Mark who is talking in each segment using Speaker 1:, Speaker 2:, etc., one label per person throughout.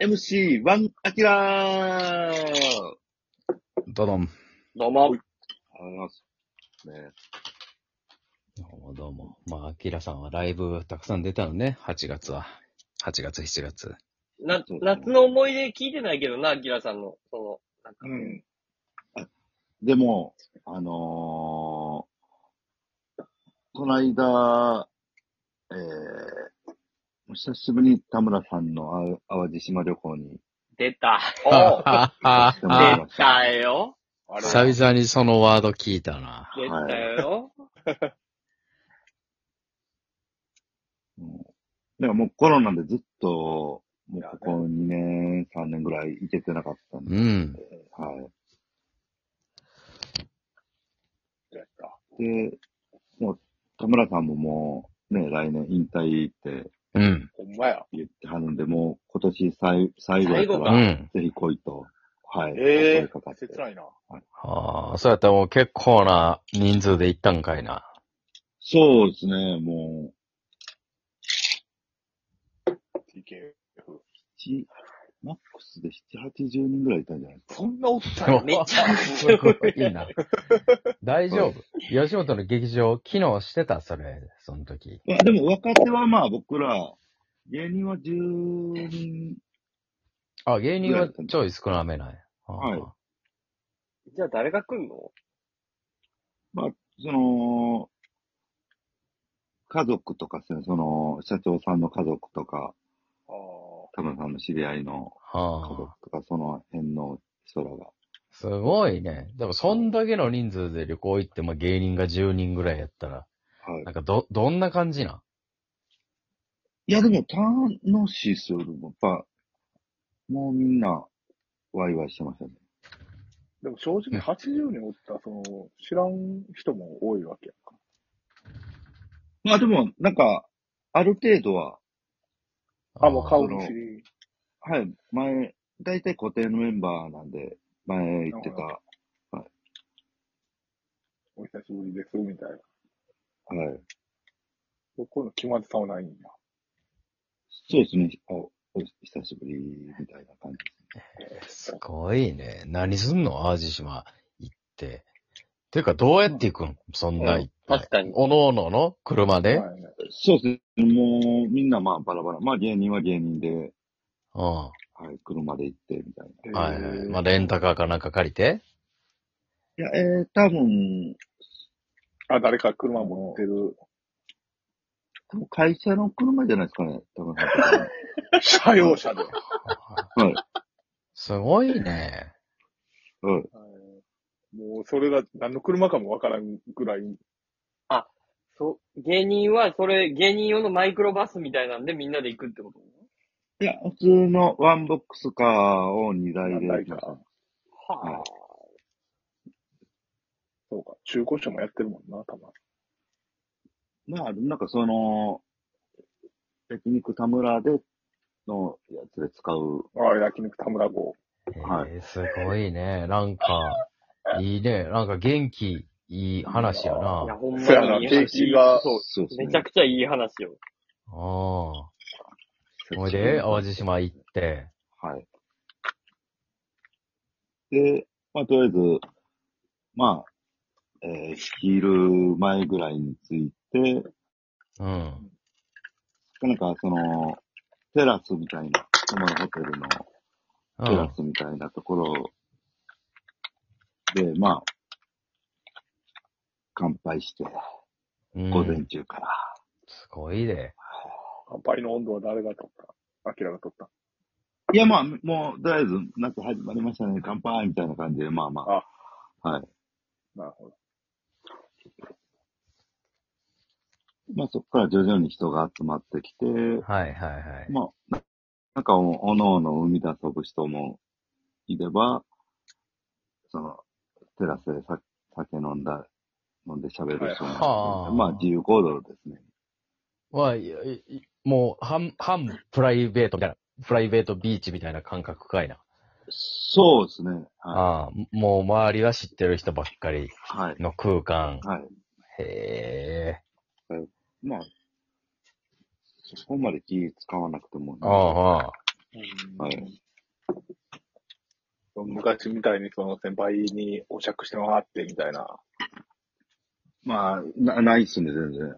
Speaker 1: 4MC1 アキラー
Speaker 2: どどん。
Speaker 1: どうも。ありがとうございます。ね、
Speaker 2: どうもどうも。まあ、アキラさんはライブたくさん出たのね、8月は。8月、7月。
Speaker 3: な
Speaker 1: そう、
Speaker 3: 夏の思い出聞いてないけどな、アキラさんの、その、なんか、
Speaker 1: うん。あでも、あのー、この間、えー、久しぶりに田村さんのあ淡路島旅行に
Speaker 3: 出た。
Speaker 4: おー
Speaker 2: ああ
Speaker 1: 出
Speaker 2: あ
Speaker 3: 出たよ。
Speaker 4: あ れ
Speaker 2: 久々にそのワード聞いたな。
Speaker 3: 出たよ。
Speaker 1: うんだからもうコロナでずっと、もうここ2年、3年ぐらい行けてなかったん
Speaker 2: う
Speaker 1: で、
Speaker 2: ん。
Speaker 1: は
Speaker 4: やった
Speaker 1: い。で、もう田村さんももう、ね、来年引退って
Speaker 2: うん。
Speaker 4: ほんまや。
Speaker 1: 言ってはるんで、もう今年最最後やか
Speaker 3: 最後
Speaker 2: う
Speaker 3: か
Speaker 1: ら、ぜ
Speaker 2: ん。
Speaker 1: ひ来いと、はい、お
Speaker 4: え
Speaker 1: 声
Speaker 4: え
Speaker 1: かかって。
Speaker 4: 切ないな。
Speaker 2: ああ、そうやったらもう結構な人数で行ったんかいな。
Speaker 1: そうですね、もう、
Speaker 4: TKF。
Speaker 1: 七マックスで7、80人ぐらいいたんじゃないですか。
Speaker 4: そんなおったんや
Speaker 3: めっ ちゃ
Speaker 2: すごいな。 大丈夫。吉本の劇場、機能してたそれ、その時。
Speaker 1: まあでも若手はまあ僕ら、芸人は10人、
Speaker 2: あ、芸人はちょい少なめない。
Speaker 1: はい
Speaker 3: じゃあ誰が来んの
Speaker 1: その、家族とかですね、その、社長さんの家族とか、
Speaker 4: ああ
Speaker 1: 田村さんの知り合いの家
Speaker 2: は
Speaker 1: 族
Speaker 2: あ。
Speaker 1: とか、その辺の人らが。
Speaker 2: すごいね。でも、そんだけの人数で旅行行って、まあ、芸人が10人ぐらいやったら、
Speaker 1: はい
Speaker 2: なん。か、ど、どんな感じなん
Speaker 1: いや、でも楽しいっすよ。でもやっぱ、もうみんな、ワイワイしてましたね。
Speaker 4: でも正直80人おったら、その、知らん人も多いわけやんか。
Speaker 1: まあでも、なんか、ある程度は、
Speaker 4: あ、もう顔
Speaker 2: ー
Speaker 4: 見知り。
Speaker 1: はい、前、大体固定のメンバーなんで、前行ってた、
Speaker 4: な
Speaker 1: は
Speaker 4: お久しぶりです、みたいな。
Speaker 1: い。
Speaker 4: そこの気まずさはないんや。
Speaker 1: そうですね。あお久しぶり、みたいな感じですね。
Speaker 2: すごいね。何すんの淡路島行って。ていうか、どうやって行くんそんな行った
Speaker 3: 確かに。
Speaker 2: おのおのの車で、
Speaker 4: はいね
Speaker 1: そうですね。もう、みんなまあバラバラ。まあ芸人は芸人で、
Speaker 2: うん。
Speaker 1: はい、車で行って、みたいな。
Speaker 4: え
Speaker 2: は
Speaker 4: ー
Speaker 2: いはい。まあ、レンタカーかなんか借りて。
Speaker 1: いや、えー、多分、
Speaker 4: あ、誰か車持ってる。
Speaker 1: 多分会社の車じゃないですかね。多 分。
Speaker 4: 車用 車で。
Speaker 1: はい。
Speaker 2: すごいね。
Speaker 1: うん。
Speaker 4: もう、それが何の車かもわからんぐらい。
Speaker 3: そ芸人は、それ、芸人用のマイクロバスみたいなんでみんなで行くってこと
Speaker 1: いや、普通のワンボックスカーを2台で
Speaker 4: 何
Speaker 1: 行
Speaker 4: 台
Speaker 1: きました
Speaker 4: か
Speaker 1: ね。。
Speaker 3: は
Speaker 4: そうか。中古車もやってるもんな、たま
Speaker 1: まあ、なんかその、焼肉田村でのやつで使う。
Speaker 4: に。ああ、焼肉田村号。
Speaker 1: はい
Speaker 2: えーすごいね。なんか、いいね。なんか元気、いい話や
Speaker 3: あ。いや、
Speaker 2: な。
Speaker 3: ほんま
Speaker 4: そうやな
Speaker 3: にいい
Speaker 4: 景
Speaker 3: 話
Speaker 4: 気。が
Speaker 3: そう。
Speaker 1: そうですね。
Speaker 3: めちゃくちゃいい話よ。
Speaker 2: ああ。ほいで、淡路島行って。
Speaker 1: はい。で、まあ、とりあえず、まあ、えー昼前ぐらいに着いて、
Speaker 2: うん。
Speaker 1: なんかその、テラスみたいな、そのホテルの
Speaker 2: う
Speaker 1: テラ
Speaker 2: ん。
Speaker 1: スみたいなところで、まあ、乾杯して、
Speaker 2: うん
Speaker 1: 午前中から。
Speaker 2: すごいで。
Speaker 4: 乾杯の温度は誰が取ったアキラが取った。
Speaker 1: いや、まあ、もう、とりあえず、なんか始まりましたね、乾杯みたいな感じで、まあまあ。はい。
Speaker 4: なるほど。
Speaker 1: まあ、そこから徐々に人が集まってきて、
Speaker 2: はいはいはい。
Speaker 1: まあ、ななんかもう、おのおの生み出遊ぶ人もいれば、その、テラスでさ酒飲んだ、飲んで喋る人もいて、
Speaker 2: はい
Speaker 1: まあ、自由行動ですね。
Speaker 2: まあ、いいいもう、半、半プライベートみたいな、プライベートビーチみたいな感覚かいな。
Speaker 1: そうですね。は
Speaker 2: ああ、もう周りは知ってる人ばっかり
Speaker 1: い。はい。
Speaker 2: の空間。
Speaker 1: はい。
Speaker 2: へえ。
Speaker 1: まあ、そこまで気使わなくても、
Speaker 2: ああ、ああ。
Speaker 1: はい
Speaker 4: 昔みたいにその先輩にお酌してもらってみたいな。
Speaker 1: まあ、なないっすね、全然。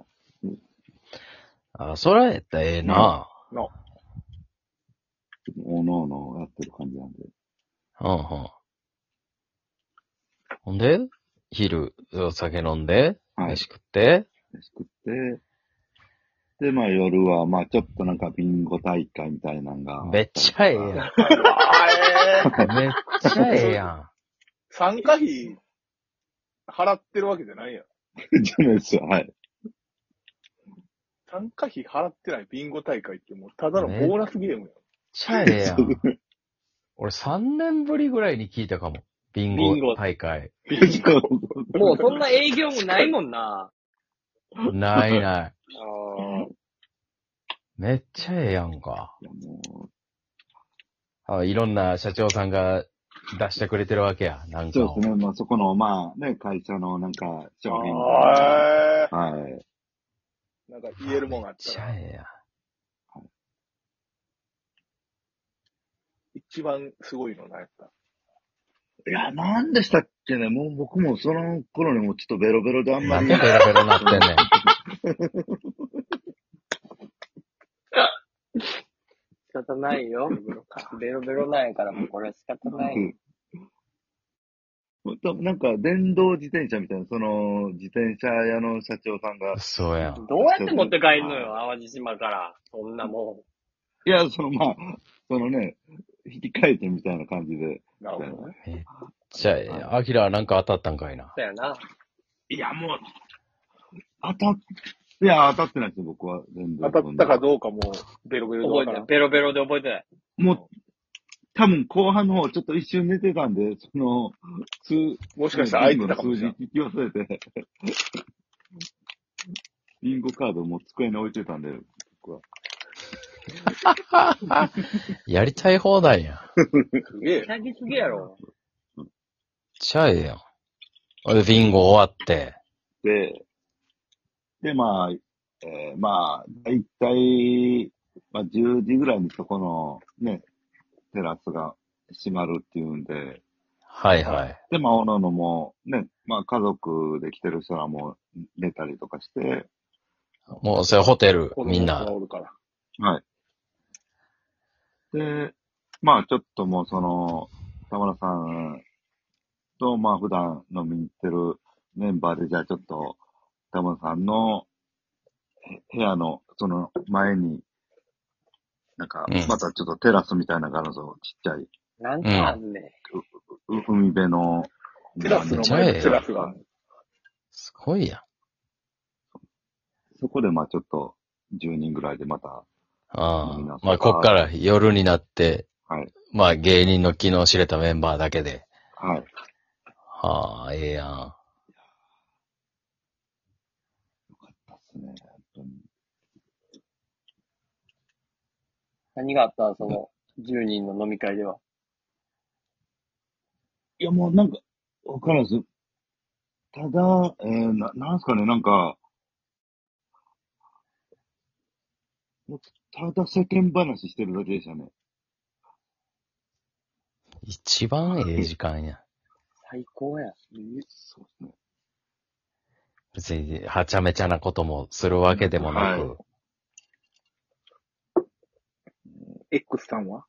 Speaker 2: あ、そらやったらええな。
Speaker 1: おのおのやってる感じなんで。
Speaker 2: うん、うん。ほんで、昼、お酒飲んで、
Speaker 1: はい。
Speaker 2: 飯食って、
Speaker 1: 飯食って、で、まあ夜は、まあちょっとなんかビンゴ大会みたいなんが。
Speaker 2: めっちゃええやん。めっ
Speaker 4: あえ
Speaker 2: ちゃええやん。
Speaker 4: 参加費払ってるわけじゃないやん。
Speaker 1: じゃないですよ、はい。
Speaker 4: 参加費払ってないビンゴ大会ってもうただのボーナスゲームやん。
Speaker 2: めっちゃええやん。俺3年ぶりぐらいに聞いたかも。ビン
Speaker 3: ビン
Speaker 2: ゴ
Speaker 3: ゴ
Speaker 2: 大会。
Speaker 3: もうそんな営業もないもんな。
Speaker 2: ないない。
Speaker 3: あ
Speaker 2: めっちゃええやんか。
Speaker 1: いやも
Speaker 2: あいろんな社長さんが出してくれてるわけや。なん
Speaker 1: う
Speaker 2: か
Speaker 1: そ
Speaker 2: を。
Speaker 1: うですね、まあそこの、まあね、会社のなんか商品。は
Speaker 4: あえ
Speaker 1: い。
Speaker 4: ーなんか言えるもん
Speaker 2: め
Speaker 4: あっ
Speaker 2: っち
Speaker 4: た
Speaker 2: ゃ
Speaker 4: ら、
Speaker 2: ええやん。
Speaker 4: 一番すごいのなんやった。
Speaker 1: いや、なんでしたっけね、もう僕もその頃にもうちょっとベロベロであんま
Speaker 2: な
Speaker 1: り
Speaker 2: んで。ベロベロなってんねん。
Speaker 3: 仕方ないよ。ベロベロなんやからもうこれは仕方ない。
Speaker 1: うんなんか、電動自転車みたいな、その、自転車屋の社長さんが、
Speaker 2: そうやん。
Speaker 3: どうやって持って帰んのよ、淡路島から。そんなも
Speaker 1: いや、その、まあ、そのね、引き換えてみたいな感じで。
Speaker 4: なるほどね。
Speaker 2: じゃあええやん、アキラなんか当たったんかいな。
Speaker 3: ん。だよな。
Speaker 1: いや、もう、当たっ、いや、当たってないですよ、僕は。全然。
Speaker 4: 当たったかどうかもベロベロ
Speaker 3: 覚え
Speaker 4: で
Speaker 3: てな
Speaker 4: から
Speaker 3: い。
Speaker 4: ん。
Speaker 3: ベロベロで覚えてない。
Speaker 1: もう、多分後半の方、ちょっと一瞬寝てたんで、その、数、
Speaker 4: も
Speaker 1: も
Speaker 4: しかしたら空いてたかもしれない。
Speaker 1: 数字聞き忘れて、リンゴカードも机に置いてたんで、僕は。
Speaker 2: やりたい放題やん。めっ
Speaker 4: すげえ
Speaker 3: 下着すぎやろ。
Speaker 2: ちゃええやん。ほいで、ビンゴ終わって。
Speaker 1: で、で、まあ、えーまあ、だいたい、まあ、10時ぐらいにそこの、ね、テラスが閉まるっていうんで、
Speaker 2: はいはい。
Speaker 1: で、まあ、おのおのも、ね、まあ、家族で来てる人らも寝たりとかして、
Speaker 2: もう、それホテル
Speaker 4: 子、供
Speaker 2: みんな
Speaker 4: が。おるから。
Speaker 1: で、まあ、ちょっともう、その、田村さんと、まあ、普段飲みに行ってるメンバーで、じゃあちょっと、田村さんのへ部屋の、その前に、なんか
Speaker 2: うん、
Speaker 1: またちょっとテラスみたいなのがあるんですよちっちゃい、
Speaker 3: なんかあんねん。
Speaker 1: う海辺の。
Speaker 4: テラスの前にテラスがある。
Speaker 2: すごいやん。
Speaker 1: そこで、まあ、ちょっと、10人ぐらいでまた、
Speaker 2: あ
Speaker 1: みん
Speaker 2: あ
Speaker 1: な、
Speaker 2: まあ、こっから夜になって、
Speaker 1: はい
Speaker 2: まあ、芸人の昨日知れたメンバーだけで。
Speaker 1: はい。
Speaker 2: はあ、ええやん。
Speaker 1: ですね。本
Speaker 3: 何があったんその、10人の飲み会では。
Speaker 1: いや、もうなんか、わからないです。ただ、えー、な、なんすかね、なんか、もうただ世間話してるだけでしたね。
Speaker 2: 一番ええ時間やん。
Speaker 3: 最高や。
Speaker 1: そうですね。
Speaker 2: 別に、はちゃめちゃなこともするわけでもなく。
Speaker 1: は
Speaker 4: X さんは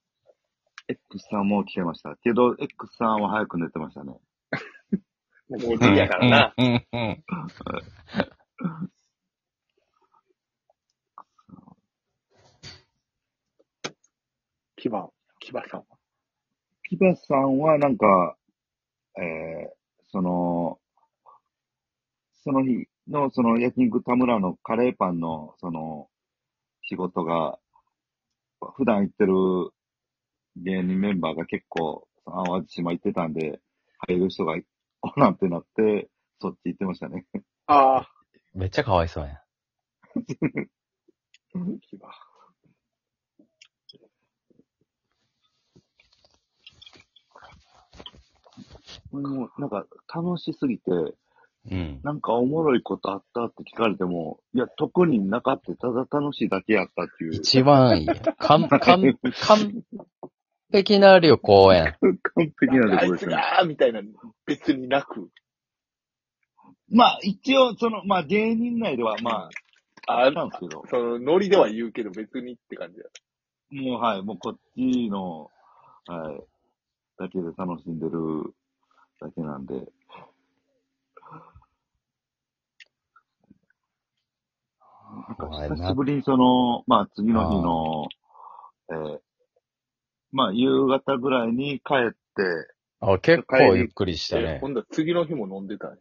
Speaker 1: X さんも来てました。けど、X さんは早く寝てましたね。
Speaker 3: もう5時やからな。
Speaker 2: うん、うん、うん。
Speaker 4: キバ、キバさんは
Speaker 1: 木場さんはなんか、えー、その、その日の、その焼肉田村のカレーパンの、その、仕事が、普段行ってる芸人メンバーが結構、淡路島行ってたんで、入る人がおらんってなって、そっち行ってましたね。
Speaker 4: あ
Speaker 2: めっちゃかわいそうやん。
Speaker 4: あ、キバ。
Speaker 1: もうなんか楽しすぎて、
Speaker 2: うん。
Speaker 1: なんかおもろいことあったって聞かれても、いや、特になかった、ただ楽しいだけやったっていう。
Speaker 2: 一番いいやん。完、完、完璧な旅行やん。
Speaker 1: 完璧な
Speaker 4: あ
Speaker 1: とこ
Speaker 4: い
Speaker 1: で
Speaker 4: つ
Speaker 1: すね。
Speaker 4: がーみたいな、別になく。
Speaker 1: まあ、一応、その、まあ、芸人内では、まあ、あれなんですけど、
Speaker 4: その、ノリでは言うけど別にって感じだ。
Speaker 1: もう、はい、もうこっちの、はい、だけで楽しんでるだけなんで。
Speaker 2: 怖い
Speaker 1: 久し
Speaker 2: な。
Speaker 1: ぶりにその、まあ次の日の、えーまあ夕方ぐらいに帰って、
Speaker 2: あ、結構ゆっくりした
Speaker 4: え
Speaker 2: ね
Speaker 4: 今。度は次の日も飲んでたんや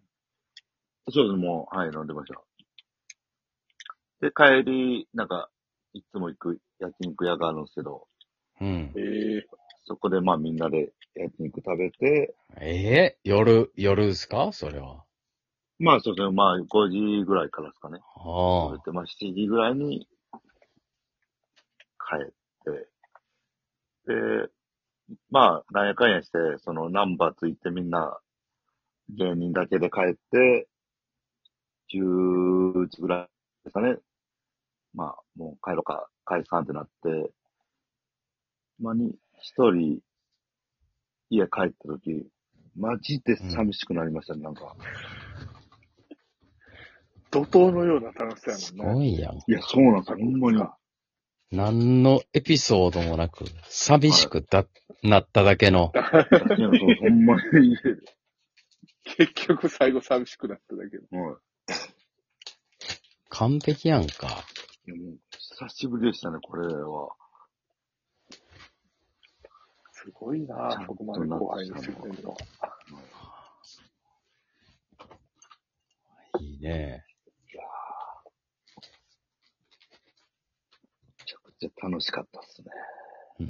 Speaker 1: そうです、もう、はい、飲んでました。で、帰り、なんか、いつも行く焼肉屋があるんですけど、
Speaker 2: うん。
Speaker 4: え
Speaker 1: そこでまあみんなで焼肉食べて、
Speaker 2: ええ夜、夜ですかそれは。
Speaker 1: まあそうですね、まあ5時ぐらいからですかね。食
Speaker 2: あ
Speaker 1: べて、まあ7時ぐらいに帰って、で、まあ、なんやかんやして、そのナンバーついてみんな、芸人だけで帰って、10時ぐらいですかね。まあ、もう帰ろうか、解散ってなって、まあに、一人、家帰った時、マジで寂しくなりましたね、なんか。
Speaker 4: ー、怒涛のような楽し
Speaker 2: あ。
Speaker 4: さ
Speaker 2: す
Speaker 4: やもん
Speaker 2: ご
Speaker 4: ね。
Speaker 2: いやん。
Speaker 1: いや、そうなんですよ、ほんまに。
Speaker 2: 何のエピソードもなく、寂しくだ、なっただけの。
Speaker 1: いやそうほんまに。
Speaker 4: 結局最後寂しくなっただけど。
Speaker 1: はい
Speaker 2: 完璧やんか。
Speaker 1: いやもう久しぶりでしたね、これは。
Speaker 4: すごいなぁ、そこまで後輩にしてくれるの。
Speaker 2: いいね。
Speaker 1: めちゃくちゃ楽しかったですね。